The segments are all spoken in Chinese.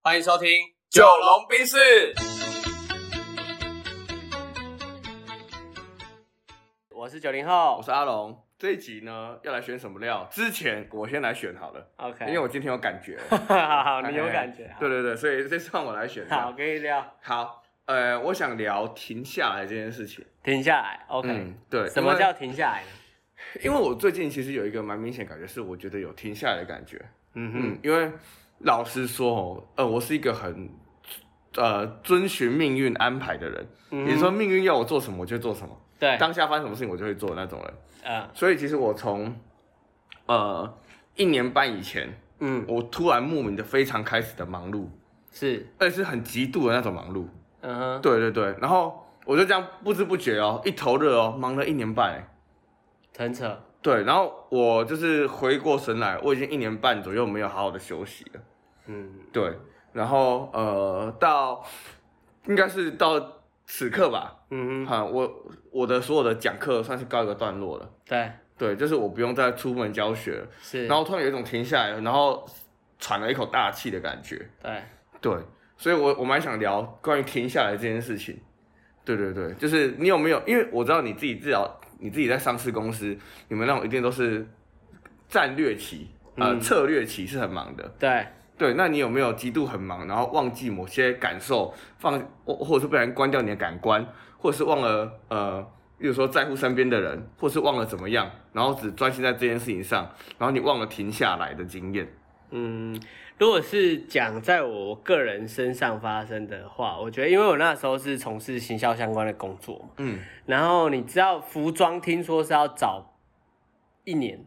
欢迎收听《九龙冰室，我是九零后我是阿龙。这一集呢，要来选什么料？之前我先来选好了， ，OK，因为我今天有感觉了。 好，你有哎感觉， 对对对，所以这次换我来选料。好，可以聊，好，呃，我想聊停下来这件事情。停下来，OK，，嗯对。什么因为叫？停下来呢？因为我最近其实有一个蛮明显的感觉，是我觉得有停下来的感觉。嗯嗯哼，，因为老实说哦，呃，我是一个很呃遵循命运安排的人，嗯哎也就是说命运要我做什么我就做什么，对，当下发生什么事情我就会做的那种人。嗯所以其实我从呃一年半以前，嗯，我突然莫名的非常开始的忙碌，是，而且是很极度的那种忙碌。嗯哼，对对对，然后我就这样不知不觉哦，一头热哦，忙了一年半哎。很扯，对，然后我就是回过神来，我已经一年半左右没有好好的休息了。嗯，对，然后呃，到应该是到此刻吧，嗯哼，哈、我我的所有的讲课算是告一个段落了。对，对，就是我不用再出门教学了，是，然后突然有一种停下来，然后喘了一口大气的感觉。对，对，所以我我蛮想聊关于停下来这件事情。对对对，就是你有没有？因为我知道你自己至少你自己在上市公司，你们那种一定都是战略期，呃，嗯策略期是很忙的。对，对，那你有没有极度很忙，然后忘记某些感受，放或或者是不然关掉你的感官，或者是忘了呃，比如说在乎身边的人，或是忘了怎么样，然后只专心在这件事情上，然后你忘了停下来的经验。嗯，如果是讲在我个人身上发生的话，我觉得，因为我那时候是从事行销相关的工作嘛，嗯，然后你知道服装听说是要找一年，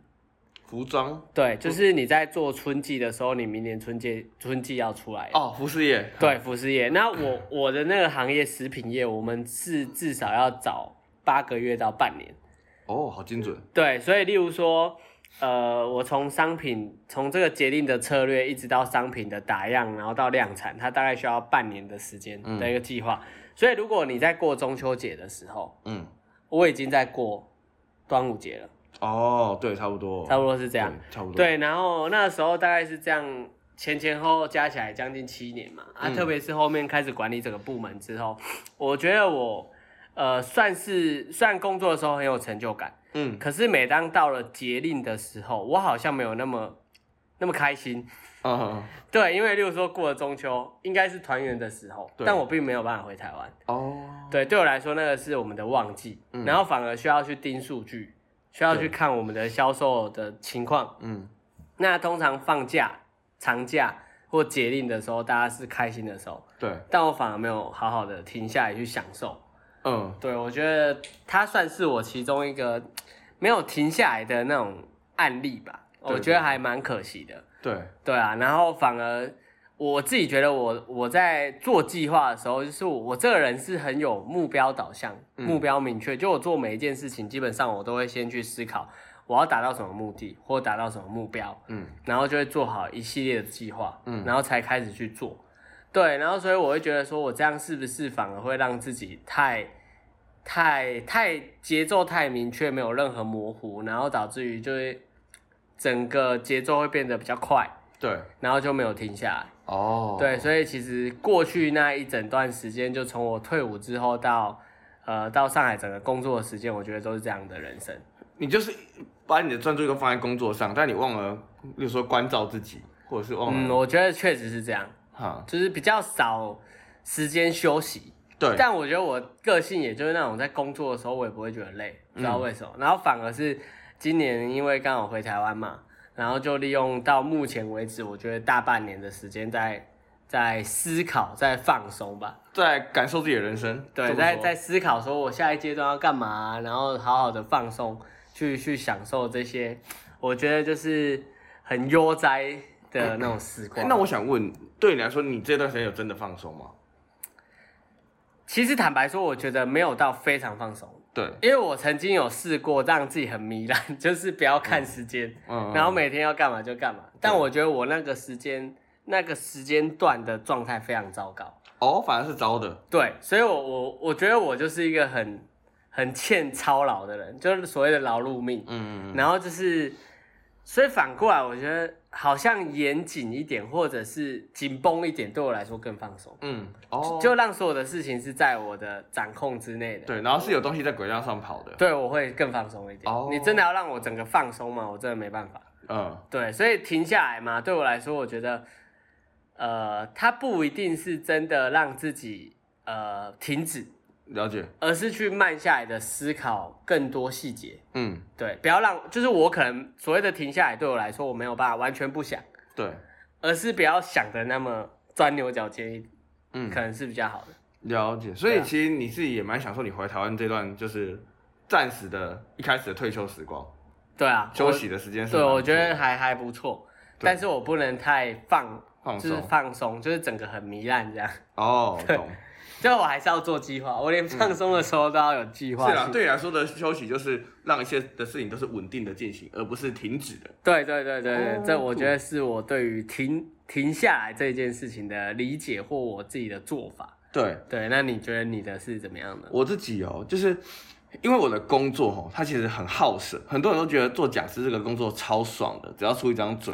服装对，就是你在做春季的时候，你明年春季春季要出来。哦，服饰业。对，服饰业。那我我的那个行业，食品业，我们是至少要找八个月到半年。哦，好精准。对，所以例如说，呃，我从商品从这个决定的策略，一直到商品的打样，然后到量产，它大概需要半年的时间的一个计划。所以如果你在过中秋节的时候，嗯，我已经在过端午节了，哦，对，差不多，差不多多是这样。，差不多。，对，然后那时候大概是这样，前前后后加起来将近七年嘛。啊，嗯特别是后面开始管理整个部门之后，我觉得我呃算是虽然工作的时候很有成就感，嗯，可是每当到了节令的时候，我好像没有那么那么开心。啊，对，因为例如说过了中秋，应该是团圆的时候，对但我并没有办法回台湾。哦，对，对我来说那个是我们的旺季，嗯然后反而需要去盯数据，需要对去看我们的销售的情况。嗯，那通常放假、长假或节令的时候，大家是开心的时候，对，但我反而没有好好的停下来去享受。嗯，对，我觉得它算是我其中一个没有停下来的那种案例吧，对我觉得还蛮可惜的。对，对啊，然后反而我自己觉得我我在做计划的时候，就是我我这个人是很有目标导向、嗯目标明确，就我做每一件事情，基本上我都会先去思考我要达到什么目的或达到什么目标，嗯，然后就会做好一系列的计划，嗯然后才开始去做。对，然后所以我会觉得说，我这样是不是反而会让自己太、太、太节奏太明确，没有任何模糊，然后导致于就是整个节奏会变得比较快，对，然后就没有停下来。哦，，对，所以其实过去那一整段时间，就从我退伍之后到呃到上海整个工作的时间，我觉得都是这样的人生。你就是把你的专注力都放在工作上，但你忘了，例如说关照自己，或者是忘嗯，了，我觉得确实是这样，哈，就是比较少时间休息。对，但我觉得我个性也就是那种在工作的时候，我也不会觉得累，不知道嗯为什么。然后反而是今年因为刚好回台湾嘛，然后就利用到目前为止，我觉得大半年的时间在在思考，在放松吧。在感受自己的人生，对，这么在说在思考说我下一阶段要干嘛啊、然后好好的放松，去去享受这些，我觉得就是很悠哉的那种时哎 光。那我想问，对你来说，你这段时间有真的放松吗？其实坦白说，我觉得没有到非常放松，对，因为我曾经有试过让自己很糜烂， 就是不要看时间，嗯，然后每天要干嘛就干嘛。但我觉得我那个时间那个时间段的状态非常糟糕。哦，反而是糟的，对，所以我我我觉得我就是一个很很欠操劳的人，就是所谓的劳碌命。嗯，然后就是，所以反过来，我觉得好像严谨一点，或者是紧绷一点，对我来说更放松，嗯，哦，就让所有的事情是在我的掌控之内的。对，然后是有东西在轨道上跑的，对，我会更放松一点。哦你真的要让我整个放松吗？我真的没办法。嗯，对，所以停下来嘛，对我来说，我觉得，呃，它不一定是真的让自己呃停止，了解，而是去慢下来的思考更多细节。嗯，对，不要让，就是我可能所谓的停下来，对我来说，我没有办法完全不想，对，而是不要想的那么钻牛角尖一点，嗯，可能是比较好的。了解。所对以啊其实你自己也蛮享受你回台湾这段就是暂时的一开始的退休时光，对啊，休我息的时间是对，蛮我觉不得还还不错，对但是我不能太放，错的放就是松放松，就是整个很糜烂这样。 哦，懂。就我还是要做计划，我连放松的时候都要有计划是啊性。啦，对你来说的休息就是让一些的事情都是稳定的进行，而不是停止的。对对对对对哦这我觉得是我对于停停下来这件事情的理解或我自己的做法。对对，那你觉得你的是怎么样的？我自己哦，就是因为我的工作哦，它其实很耗时，很多人都觉得做讲师这个工作超爽的，只要出一张嘴。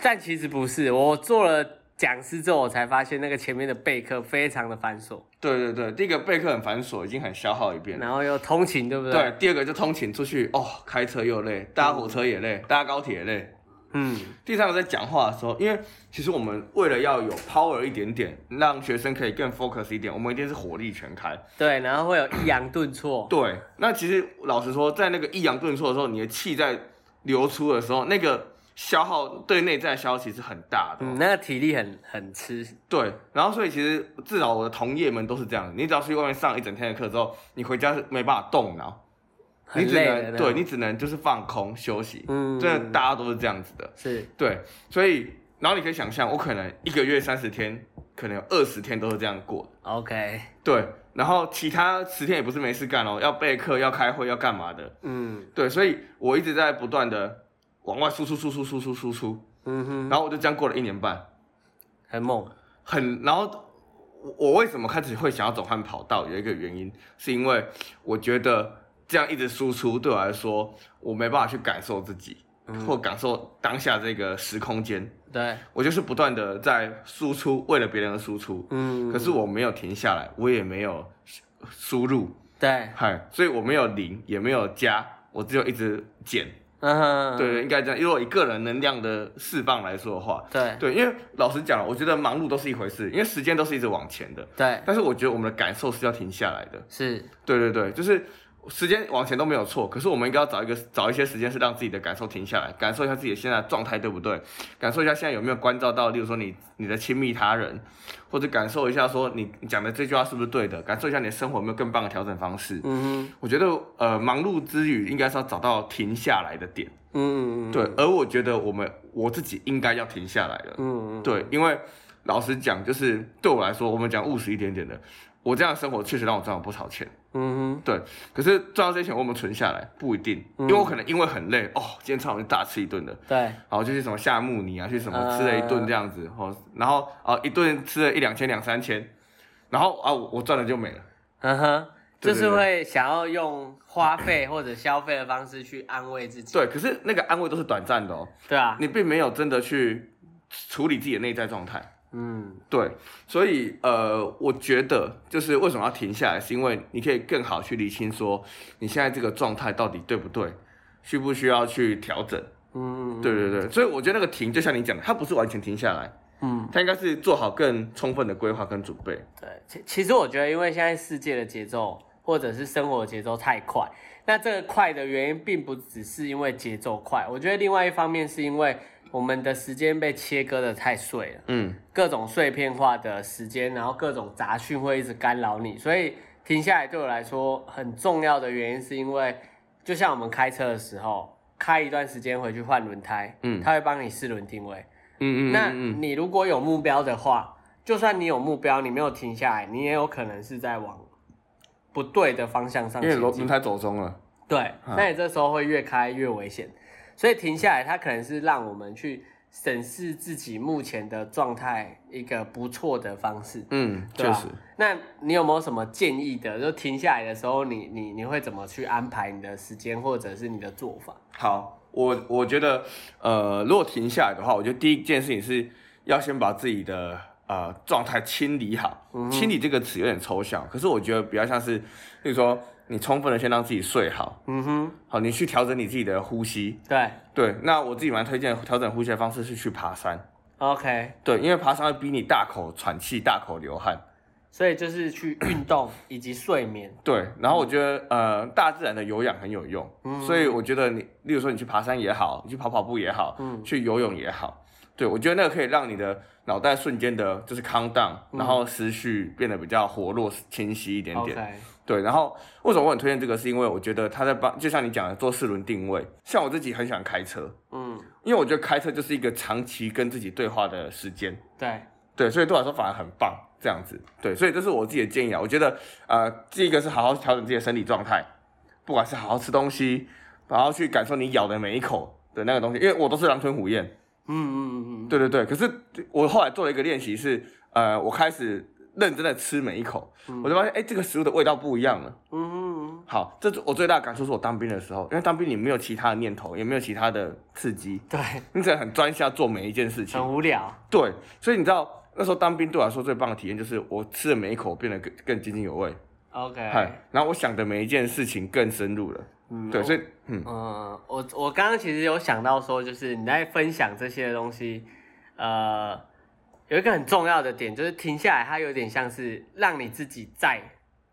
但其实不是，我做了讲师之后，我才发现那个前面的备课非常的繁琐，对对对，第一个备课很繁琐，已经很消耗一遍了。然后又通勤，对不对？，对，第嗯二个就通勤出去哦，开车又累，搭火车也累，搭高铁也累。嗯，第三个在讲话的时候，因为其实我们为了要有 power 一点点，让学生可以更 focus 一点，我们一定是火力全开。对，然后会有抑扬顿挫。对，那其实老实说，在那个抑扬顿挫的时候，你的气在流出的时候，那个消耗对内在的消耗其实很大的哦。嗯，那个体力很很吃，对，然后所以其实至少我的同业们都是这样的，你只要去外面上一整天的课之后，你回家是没办法动脑，你很只累的能那种。对你只能就是放空休息。嗯真的大家都是这样子的。是对，所以然后你可以想象，我可能一个月三十天，可能有二十天都是这样过的。 OK，对，然后其他十天也不是没事干哦，要备课、要开会、要干嘛的。嗯对，所以我一直在不断的往外输出、输出、输出、输出，嗯哼，啊然后我就这样过了一年半，很猛，很，然后我我为什么开始会想要走换跑道，有一个原因是因为我觉得这样一直输出对我来说，我没办法去感受自己，嗯或感受当下这个时空间，对，我就是不断的在输出，为了别人而输出，嗯，可是我没有停下来，我也没有输输入，对，嗨，所以我没有零，也没有加，我只有一直减。嗯哼，对，应该这样。如果以个人能量的释放来说的话，对对，因为老实讲，我觉得忙碌都是一回事，因为时间都是一直往前的。对但是我觉得我们的感受是要停下来的。是，对对对，就是时间往前都没有错，可是我们应该要找一个找一些时间是让自己的感受停下来，感受一下自己现在的状态对不对，感受一下现在有没有关照到，例如说你你的亲密他人，或者感受一下说你你讲的这句话是不是对的，感受一下你的生活有没有更棒的调整方式。嗯哼，我觉得呃，忙碌之余应该是要找到停下来的点。嗯嗯嗯，对，而我觉得我们我自己应该要停下来了。嗯嗯，对，因为老实讲，就是对我来说，我们讲务实一点点的，我这样的生活确实让我赚了不少钱。嗯对，可是赚到这些钱，我们存下来不一定，因为我可能因为很累哦，今天上午就大吃一顿的，哼，对，然后就去什么夏慕尼啊，去什么吃了一顿这样子，哦，然后啊、一顿吃了一两千两三千，然后啊我我赚了就没了。嗯哼，对就对是会想要用花费或者消费的方式去安慰自己，对，可是那个安慰都是短暂的哦，对啊，你并没有真的去处理自己的内在状态。嗯对，所以呃，我觉得就是为什么要停下来，是因为你可以更好去理清说你现在这个状态到底对不对，需不需要去调整。嗯，对对对，所以我觉得那个停，就像你讲的，它不是完全停下来，嗯，它应该是做好更充分的规划跟准备。对，其其实我觉得，因为现在世界的节奏或者是生活的节奏太快，那这个快的原因并不只是因为节奏快，我觉得另外一方面是因为我们的时间被切割的太碎了，嗯，各种碎片化的时间，然后各种杂讯会一直干扰你，所以停下来对我来说很重要的原因是因为，就像我们开车的时候，开一段时间回去换轮胎，嗯它会帮你试轮定位。嗯嗯那嗯嗯，你如果有目标的话，就算你有目标，你没有停下来，你也有可能是在往不对的方向上因为前轮进轮。胎走中了，对，嗯那你这时候会越开越危险。所以停下来，它可能是让我们去审视自己目前的状态一个不错的方式。嗯，对确啊实。那你有没有什么建议的？就停下来的时候你，你你会怎么去安排你的时间，或者是你的做法？好。我我觉得，呃，如果停下来的话，我觉得第一件事情是要先把自己的呃状态清理好。清理这个词有点抽象，可是我觉得比较像是，例如说你充分的先让自己睡好，嗯哼，好，你去调整你自己的呼吸。对对，那我自己蛮推荐调整呼吸的方式是去爬山。 ，OK，对，因为爬山会逼你大口喘气、大口流汗。所以就是去运动以及睡眠，对，然后我觉得呃，大自然的有氧很有用，所以我觉得你，例如说你去爬山也好，你去跑跑步也好，去游泳也好，对我觉得那个可以让你的脑袋瞬间的，就是 calm down，、然后思绪变得比较活络、清晰一点点。 OK，对，然后为什么我很推荐这个，是因为我觉得它在帮，就像你讲的做四轮定位，像我自己很喜欢开车，嗯，因为我觉得开车就是一个长期跟自己对话的时间。对，对，所以对我来说反而很棒，这样子。对，所以这是我自己的建议啊。我觉得，呃，第一个是好好调整自己的身体状态，不管是好好吃东西，然后去感受你咬的每一口的那个东西，因为我都是狼吞虎咽。嗯嗯嗯嗯对对对，可是我后来做了一个练习是，呃，我开始认真的吃每一口，我就发现，哎，这个食物的味道不一样了。嗯嗯好，这是我最大的感触是我当兵的时候，因为当兵你没有其他的念头，也没有其他的刺激，对，你只能很专心要做每一件事情。很无聊，对，所以你知道那时候当兵对我来说最棒的体验就是我吃的每一口变得更更津津有味， OK，嗨，然后我想的每一件事情更深入了，嗯对，所以嗯，嗯，我我刚刚其实有想到说，就是你在分享这些东西，呃，有一个很重要的点就是停下来，它有点像是让你自己在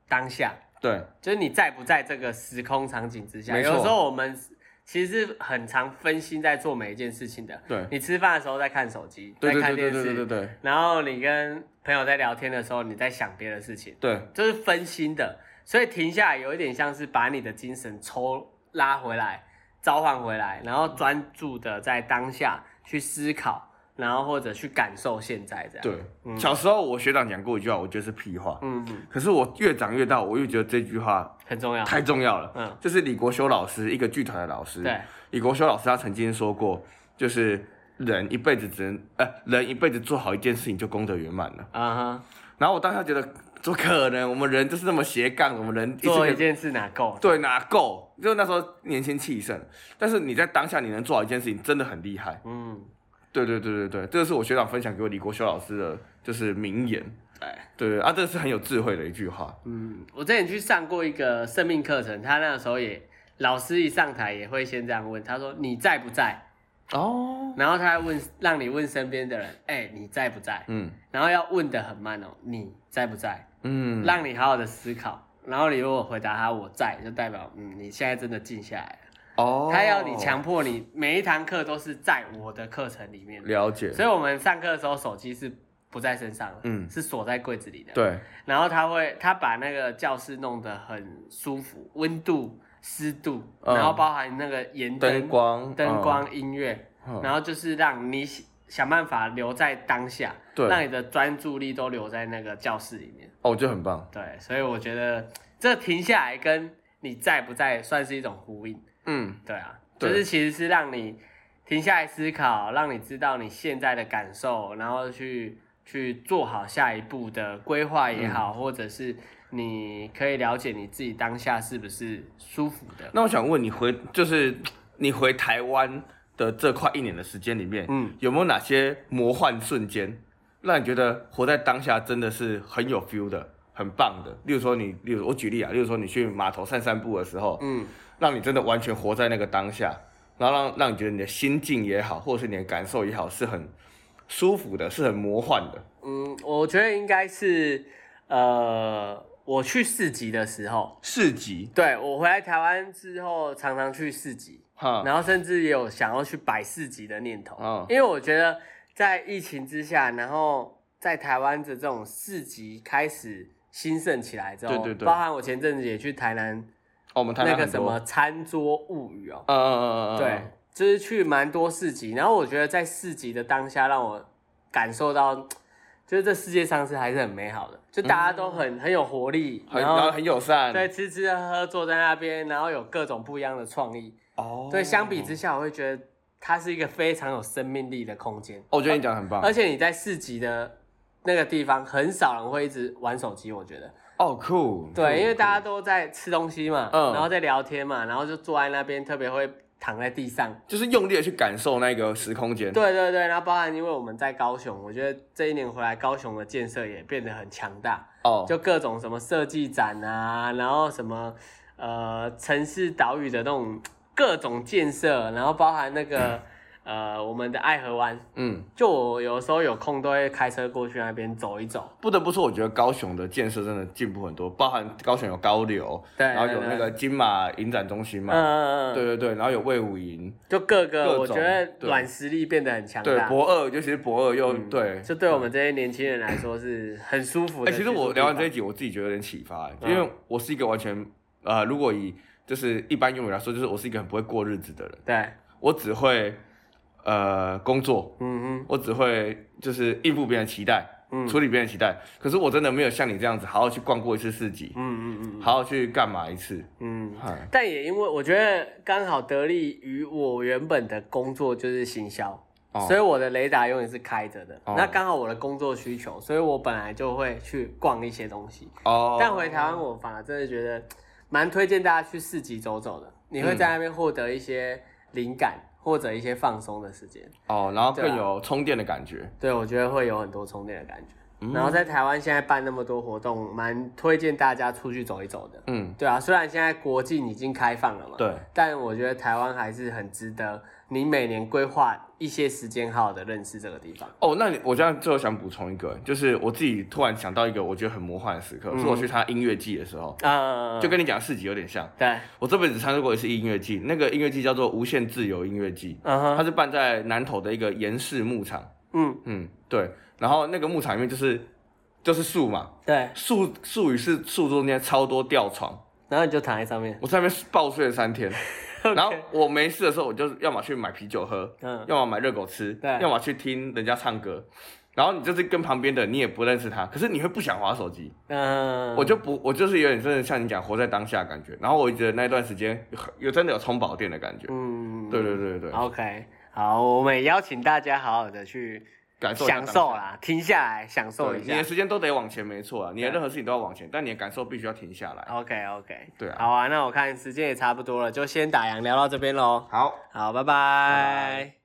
当下，对就是你在不在这个时空场景之下。没有错时候我们其实是很常分心在做每一件事情的。对你吃饭的时候在看手机，在对对看对对电对对视，对然后你跟朋友在聊天的时候，你在想别的事情。对就是分心的，所以停下来有一点像是把你的精神抽拉回来，召唤回来，然后专注的在当下去思考，然后或者去感受现在这样。，对，小时候我学长讲过一句话，我觉得是屁话，嗯，嗯可是我越长越大，我越觉得这句话很重要。太重要了，嗯，就是李国修老师，一个剧团的老师，对，李国修老师他曾经说过，就是人一辈子只能，呃，人一辈子做好一件事情就功德圆满了。啊哈，然后我当下觉得，怎么可能？我们人就是那么斜杠，我们人一直做一件事哪够？对哪够？就那时候年轻气盛，但是你在当下你能做好一件事情，真的很厉害。嗯，对对对对对，这个是我学长分享给我李国修老师的，就是名言。对，对对啊，这是很有智慧的一句话。嗯，我之前去上过一个生命课程，他那个时候也老师一上台也会先这样问，他说你在不在？哦，然后他还问让你问身边的人，哎、你在不在？嗯然后要问的很慢哦，你在不在？嗯，让你好好的思考。然后你如果回答他我在，就代表嗯你现在真的静下来了。哦，他要你强迫你每一堂课都是在我的课程里面，了解，所以我们上课的时候手机是不在身上的，嗯是锁在柜子里的。对然后他会他把那个教室弄得很舒服，温度、湿度，嗯然后包含那个盐灯灯、光灯，嗯光、音乐，嗯然后就是让你想办法留在当下，对让你的专注力都留在那个教室里面。哦，我觉得很棒。对，所以我觉得这停下来跟你在不在算是一种呼应。嗯，对啊，对就是其实是让你停下来思考，让你知道你现在的感受，然后去去做好下一步的规划也好，嗯或者是你可以了解你自己当下是不是舒服的。那我想问你回，就是你回台湾的这快一年的时间里面，嗯，有没有哪些魔幻瞬间，让你觉得活在当下真的是很有 feel 的，很棒的？例如说你，例如我举例啊，例如说你去码头散散步的时候，嗯，让你真的完全活在那个当下，然后让让你觉得你的心境也好，或者是你的感受也好，是很舒服的，是很魔幻的。嗯，我觉得应该是呃，我去市集的时候，市集，对我回来台湾之后，常常去市集。哈，然后甚至也有想要去摆市集的念头，嗯因为我觉得在疫情之下，然后在台湾的这种市集开始兴盛起来之后，对对对包含我前阵子也去台南哦，我们台那湾个很什多，么餐桌物语哦，嗯嗯嗯嗯嗯，对，就是去蛮多市集，然后我觉得在市集的当下，让我感受到，就是这世界上是还是很美好的，就大家都很、很有活力，嗯很然然后后很友善，对，吃吃喝喝坐在那边，然后有各种不一样的创意，哦，对，相比之下，我会觉得它是一个非常有生命力的空间。哦，我觉得你讲的很棒。而且你在市集的那个地方，很少人会一直玩手机，我觉得。哦，酷。对，因为大家家都在吃东西嘛，嗯然后在聊天嘛，然后就坐在那边，特别会躺在地上。就是用力的去感受那个时空间。对对对，然后包含因为我们在高雄，我觉得这一年回来，高雄的建设也变得很强大，哦，就各种什么设计展啊，然后什么呃城市岛屿的那种各种建设，然后包含那个、呃我们的爱河湾，嗯，就我有时候有空都会开车过去那边走一走。不得不说，我觉得高雄的建设真的进步很多，包含高雄有高流，对，然后对有那，对个金马影展中心嗯嘛，嗯嗯，对，对对，然后有魏武营，就各个各我觉种得对软实力变得很强对大，博二，尤其是博二又啊嗯对，就对我们这些年轻人来说是很舒服的哎、其去住实地方。我聊完这一集，我自己觉得有点启发、欸嗯因为我是一个完全呃，如果以就是一般用语来说，就是我是一个很不会过日子的人，对，我只会呃工作，嗯我只会就是应付别人的期待，嗯嗯处理别人的期待。可是我真的没有像你这样子，好好去逛过一次市集，嗯嗯嗯好好去干嘛一次。嗯。嗨但也因为我觉得刚好得力于我原本的工作就是行销，哦所以我的雷达永远是开着的。哦那刚好我的工作需求，所以我本来就会去逛一些东西。哦，但回台湾，我反而真的觉得蛮推荐大家去市集走走的，你会嗯在那边获得一些灵感或者一些放松的时间。哦，然后对啊更有充电的感觉。对，我觉得会有很多充电的感觉。嗯然后在台湾现在办那么多活动，蛮推荐大家出去走一走的。嗯，对啊，虽然现在国境已经开放了嘛，对，但我觉得台湾还是很值得你每年规划一些时间好好的认识这个地方。哦，那你我这样最后想补充一个，就是我自己突然想到一个我觉得很魔幻的时刻，嗯是我去参加音乐季的时候，呃，就跟你讲市集有点像。对，我这辈子参加过一次音乐季，那个音乐季叫做无限自由音乐季，嗯哼，它是办在南投的一个盐市牧场。嗯，嗯，对。然后那个牧场里面就是就是树嘛，对，树树与是树中间超多吊床，然后你就躺在上面，我在那边爆睡了三天。然后 OK 我没事的时候，我就要么去买啤酒喝，嗯，要么买热狗吃对，要么去听人家唱歌。然后你就是跟旁边的你也不认识他，可是你会不想划手机，嗯，我就不，我就是有点真的像你讲活在当下的感觉。然后我觉得那段时间有有真的有充饱电的感觉。嗯，对对对对对， ，OK，好，我们也邀请大家好好的去感受一下享当受下，啦，停下来享受对，一你的下。时间都得往前，没错啊，你的对任何事情都要往前，但你的感受必须要停下来。 OK OK，对啊好啊，那我看时间也差不多了，就先打烊聊到这边喽。好。好，拜拜。拜